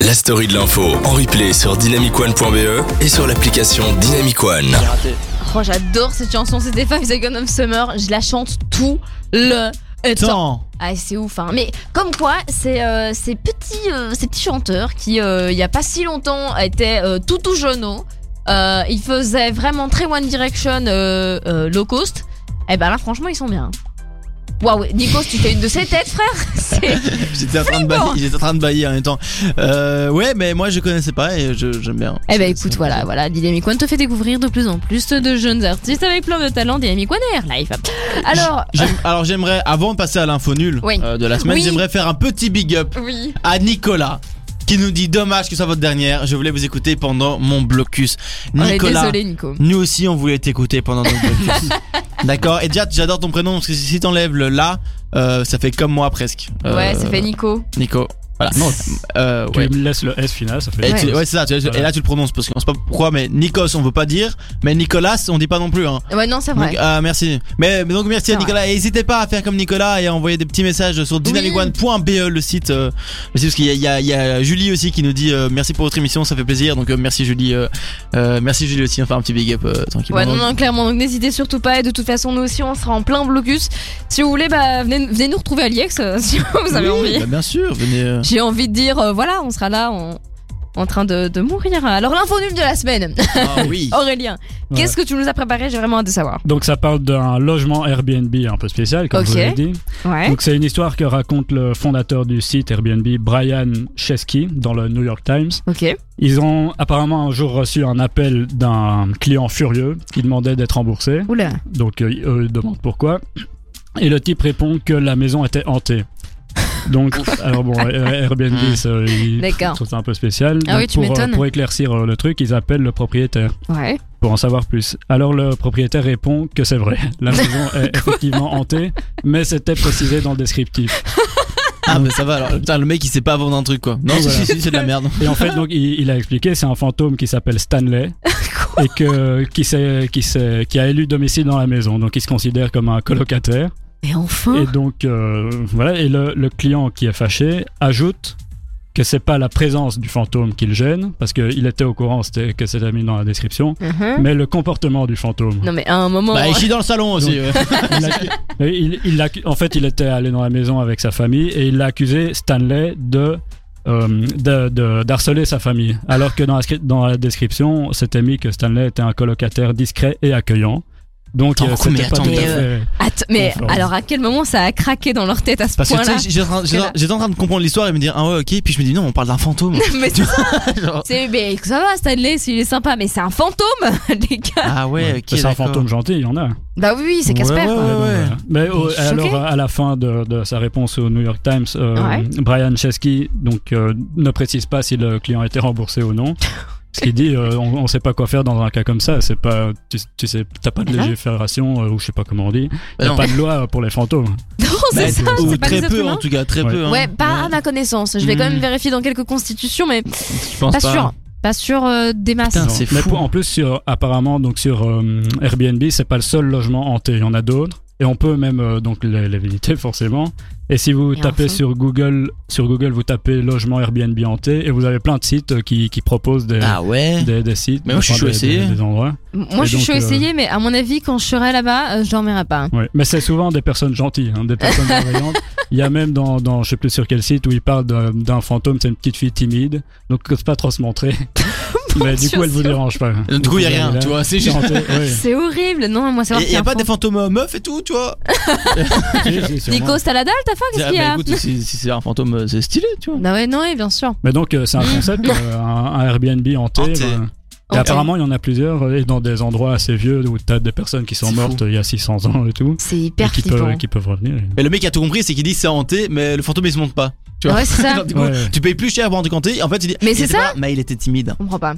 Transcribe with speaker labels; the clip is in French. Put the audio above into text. Speaker 1: la story de l'info en replay sur dynamicone.be E et sur l'application Dynamicone.
Speaker 2: Oh, j'adore cette chanson, c'était Five Seconds of Summer. Je la chante tout le temps.
Speaker 3: Attends.
Speaker 2: Ah, c'est ouf, hein. Mais comme quoi, c'est euh, ces, petits, euh, ces petits chanteurs qui, euh, il y a pas si longtemps, étaient euh, tout tout jeuneaux. Euh, ils faisaient vraiment très One Direction euh, euh, low cost. Et ben là, franchement, ils sont bien. Waouh, Nikos, tu fais une de ces têtes, frère C'est-
Speaker 3: J'étais en train de bailler, j'étais en train de bailler en même temps. Euh, ouais, mais moi je connaissais pas et je- j'aime bien.
Speaker 2: Eh ben
Speaker 3: C'est-
Speaker 2: écoute,
Speaker 3: c'est-
Speaker 2: voilà, voilà, Dynamic One te fait découvrir de plus en plus de jeunes artistes avec plein de talents Dynamic One Air Live. Alors,
Speaker 3: J'aime- Alors j'aimerais, avant de passer à l'info nulle
Speaker 2: Oui.
Speaker 3: euh, de la semaine,
Speaker 2: Oui.
Speaker 3: j'aimerais faire un petit big up
Speaker 2: oui.
Speaker 3: à Nicolas qui nous dit dommage que ce soit votre dernière. Je voulais vous écouter pendant mon blocus.
Speaker 2: On est
Speaker 3: Nicolas,
Speaker 2: désolé, Nico.
Speaker 3: nous aussi on voulait t'écouter pendant notre blocus. D'accord. Et déjà j'adore ton prénom parce que si t'enlèves le là, euh, ça fait comme moi presque. Euh,
Speaker 2: Ouais, ça fait Nico.
Speaker 3: Nico. Voilà.
Speaker 4: Non,
Speaker 3: Euh,
Speaker 4: tu
Speaker 3: ouais.
Speaker 4: me laisses le S final, ça fait.
Speaker 3: Et tu-
Speaker 2: Ouais.
Speaker 3: ouais, c'est ça. tu- Et là tu le prononces parce qu'on sait pas pourquoi, mais Nikos on veut pas dire, mais Nicolas on dit pas non plus. Hein.
Speaker 2: Ouais, non, c'est
Speaker 3: Donc,
Speaker 2: vrai.
Speaker 3: ah, merci. Mais mais donc merci à
Speaker 2: C'est
Speaker 3: Nicolas. Et n'hésitez pas à faire comme Nicolas et à envoyer des petits messages sur dynamicone.be le site. euh, le site parce qu'il y, a- il y a- il y a Julie aussi qui nous dit euh, merci pour votre émission, ça fait plaisir. Donc euh, merci Julie, euh, euh, merci Julie aussi. Enfin un petit big up euh, tranquillement.
Speaker 2: Ouais, non, non, clairement. Donc n'hésitez surtout pas. Et de toute façon, nous aussi, on sera en plein blocus. Si vous voulez, bah, venez, venez nous retrouver à l'IEX euh, si vous avez
Speaker 3: Oui,
Speaker 2: envie.
Speaker 3: bah, bien sûr, venez. euh,
Speaker 2: J'ai envie de dire, euh, voilà, on sera là en, en train de, de mourir. Alors, l'info nulle de la semaine.
Speaker 3: Ah oui.
Speaker 2: Aurélien, qu'est-ce que tu nous as préparé J'ai vraiment hâte de savoir.
Speaker 4: Donc ça parle d'un logement Airbnb un peu spécial, comme
Speaker 2: Ok.
Speaker 4: je vous l'ai dit.
Speaker 2: Ouais.
Speaker 4: Donc c'est une histoire que raconte le fondateur du site Airbnb, Brian Chesky, dans le New York Times.
Speaker 2: Ok.
Speaker 4: Ils ont apparemment un jour reçu un appel d'un client furieux qui demandait d'être remboursé.
Speaker 2: Oula.
Speaker 4: Donc euh, eux demandent pourquoi. Et le type répond que la maison était hantée. Donc, alors bon, euh, Airbnb,
Speaker 3: Mm.
Speaker 4: ça, ils
Speaker 2: D'accord.
Speaker 4: trouvent ça un peu spécial.
Speaker 2: Ah
Speaker 4: Donc,
Speaker 2: oui, tu
Speaker 4: pour, euh,
Speaker 2: m'étonnes.
Speaker 4: Pour éclaircir euh, le truc, ils appellent le propriétaire
Speaker 2: Ouais.
Speaker 4: pour en savoir plus. Alors le propriétaire répond que c'est vrai, la maison est effectivement hantée, mais c'était précisé dans le descriptif.
Speaker 3: Ah mais ça va alors. Putain le mec il sait pas vendre un truc quoi. Non
Speaker 4: Oui,
Speaker 3: si,
Speaker 4: voilà.
Speaker 3: si, si, c'est de la merde.
Speaker 4: Et en fait, donc, il, il a expliqué, c'est un fantôme qui s'appelle Stanley et que qui s'est- qui s'est- qui a élu domicile dans la maison, donc il se considère comme un colocataire.
Speaker 2: Mais enfin.
Speaker 4: Et donc, euh, voilà, et le, le client qui est fâché ajoute que c'est pas la présence du fantôme qui le gêne, parce qu'il était au courant c'était- que c'était mis dans la description,
Speaker 2: Mhm.
Speaker 4: mais le comportement du fantôme.
Speaker 2: Non, mais à un moment.
Speaker 3: Bah il chie dans le salon aussi. ouais.
Speaker 4: Il a- il- il l'a- en fait, il était allé dans la maison avec sa famille et il a accusé Stanley de. euh, de- de- d'harceler sa famille alors que dans la, scri- dans la description c'était mis que Stanley était un colocataire discret et accueillant donc
Speaker 3: Attends,
Speaker 4: euh,
Speaker 3: Oh, mais
Speaker 4: c'était pas
Speaker 3: attends,
Speaker 4: tout à
Speaker 2: mais, euh,
Speaker 4: fait
Speaker 2: Attends, mais
Speaker 4: Florence.
Speaker 2: alors à quel moment ça a craqué dans leur tête à ce
Speaker 3: Parce que tu
Speaker 2: point-là
Speaker 3: sais j'étais en train- j'étais en- j'étais en train de comprendre l'histoire et me dire ah ouais ok puis je me dis non on parle d'un fantôme.
Speaker 2: Mais c'est
Speaker 3: Genre,
Speaker 2: c'est- mais ça va, Stanley, s'il est sympa, mais c'est un fantôme, les gars.
Speaker 3: ah ouais ok.
Speaker 4: c'est un
Speaker 3: d'accord.
Speaker 4: fantôme gentil il y en a
Speaker 2: Bah oui, oui, c'est
Speaker 3: Ouais,
Speaker 2: Casper.
Speaker 3: ouais,
Speaker 2: quoi.
Speaker 3: ouais.
Speaker 4: Mais au-
Speaker 2: Je suis
Speaker 4: alors,
Speaker 2: choquée.
Speaker 4: euh, à la fin de, de sa réponse au New York Times, euh,
Speaker 2: Ouais.
Speaker 4: Brian Chesky donc, euh, ne précise pas si le client a été remboursé ou non. Ce qui dit, euh, on ne sait pas quoi faire dans un cas comme ça. C'est pas, tu, tu sais, t'as pas de
Speaker 2: Mais non.
Speaker 4: légifération euh, ou je sais pas comment on dit.
Speaker 3: Bah
Speaker 4: Y a
Speaker 3: non.
Speaker 4: pas de loi pour les fantômes.
Speaker 2: Non, c'est
Speaker 3: Bah,
Speaker 2: ça,
Speaker 4: ou
Speaker 2: c'est
Speaker 3: ou
Speaker 2: pas
Speaker 3: très
Speaker 2: les êtres
Speaker 3: peu en
Speaker 2: humains.
Speaker 3: tout cas très
Speaker 4: Ouais.
Speaker 3: peu. hein.
Speaker 2: Ouais, pas
Speaker 3: Ouais.
Speaker 2: à ma connaissance. Je vais quand
Speaker 3: Hmm.
Speaker 2: même vérifier dans quelques constitutions, mais
Speaker 3: Je pense hein.
Speaker 2: pas, sûr. Pas sûr euh, des masses.
Speaker 3: Putain,
Speaker 4: Non.
Speaker 3: c'est
Speaker 4: Mais
Speaker 3: fou.
Speaker 4: pour- en plus, sur, apparemment, donc sur euh, Airbnb, c'est pas le seul logement hanté. Il y en a d'autres. Et on peut même euh, donc les, les visiter forcément. Et si vous
Speaker 2: Et
Speaker 4: tapez
Speaker 2: enfin.
Speaker 4: sur Google, sur Google, vous tapez logement Airbnb hanté et vous avez plein de sites euh, qui, qui proposent des,
Speaker 3: Ah ouais.
Speaker 4: des, des sites.
Speaker 3: Mais moi, je suis
Speaker 4: enfin,
Speaker 3: chaud à
Speaker 4: des-
Speaker 3: essayer.
Speaker 4: des- des endroits.
Speaker 2: M- Moi,
Speaker 4: Et
Speaker 2: je suis chaud
Speaker 4: donc, euh,
Speaker 2: essayer, mais à mon avis, quand je serai là-bas, euh, je dormirai pas.
Speaker 4: Ouais. Mais c'est souvent des personnes gentilles, hein, des personnes bienveillantes. Il y a même dans, dans, je sais plus sur quel site, où il parle d'un- d'un fantôme, c'est une petite fille timide, donc n'ose pas trop se montrer. Mais du
Speaker 2: Dieu,
Speaker 4: coup, elle vous
Speaker 2: c'est
Speaker 4: dérange pas.
Speaker 3: Du coup, il y a
Speaker 4: Vous
Speaker 3: rien,
Speaker 4: allez
Speaker 3: tu
Speaker 4: là,
Speaker 3: vois, c'est
Speaker 4: c'est
Speaker 3: juste.
Speaker 4: hanté, oui.
Speaker 2: C'est horrible. Non, moi, savoir
Speaker 3: Et
Speaker 2: qu'il
Speaker 3: y
Speaker 2: y
Speaker 3: a
Speaker 2: un
Speaker 3: pas
Speaker 2: fan-
Speaker 3: des fantômes euh, meufs et tout, tu vois.
Speaker 4: Si, si, sûrement.
Speaker 2: Nico, t'as la dalle, ta faim Qu'est-ce
Speaker 3: Ah,
Speaker 2: qu'il y
Speaker 3: bah,
Speaker 2: a
Speaker 3: écoute, si, si c'est un fantôme, euh, c'est stylé, tu vois.
Speaker 2: Bah ouais, non, ouais, bien sûr.
Speaker 4: Mais donc, euh, c'est un concept, euh, un, un Airbnb hanté.
Speaker 3: Hanté.
Speaker 4: ben, et
Speaker 2: Hanté.
Speaker 4: apparemment, il y en a plusieurs, euh, et dans des endroits assez vieux où t'as des personnes qui sont
Speaker 3: C'est
Speaker 4: mortes euh, il y a 600 ans et tout.
Speaker 2: C'est
Speaker 4: Et
Speaker 2: hyper
Speaker 4: qui
Speaker 3: euh,
Speaker 2: flippant.
Speaker 4: peuvent, qui peuvent revenir.
Speaker 3: Mais le mec a tout compris, c'est qu'il dit c'est hanté, mais le fantôme il se monte pas. tu vois.
Speaker 2: Ouais, c'est ça.
Speaker 3: Alors, du coup,
Speaker 4: Ouais.
Speaker 3: tu payes plus cher pour en décanter. En fait, il dit.
Speaker 2: Mais
Speaker 3: il
Speaker 2: c'est
Speaker 3: était
Speaker 2: ça
Speaker 3: pas là, Mais il était timide.
Speaker 2: Je comprends pas.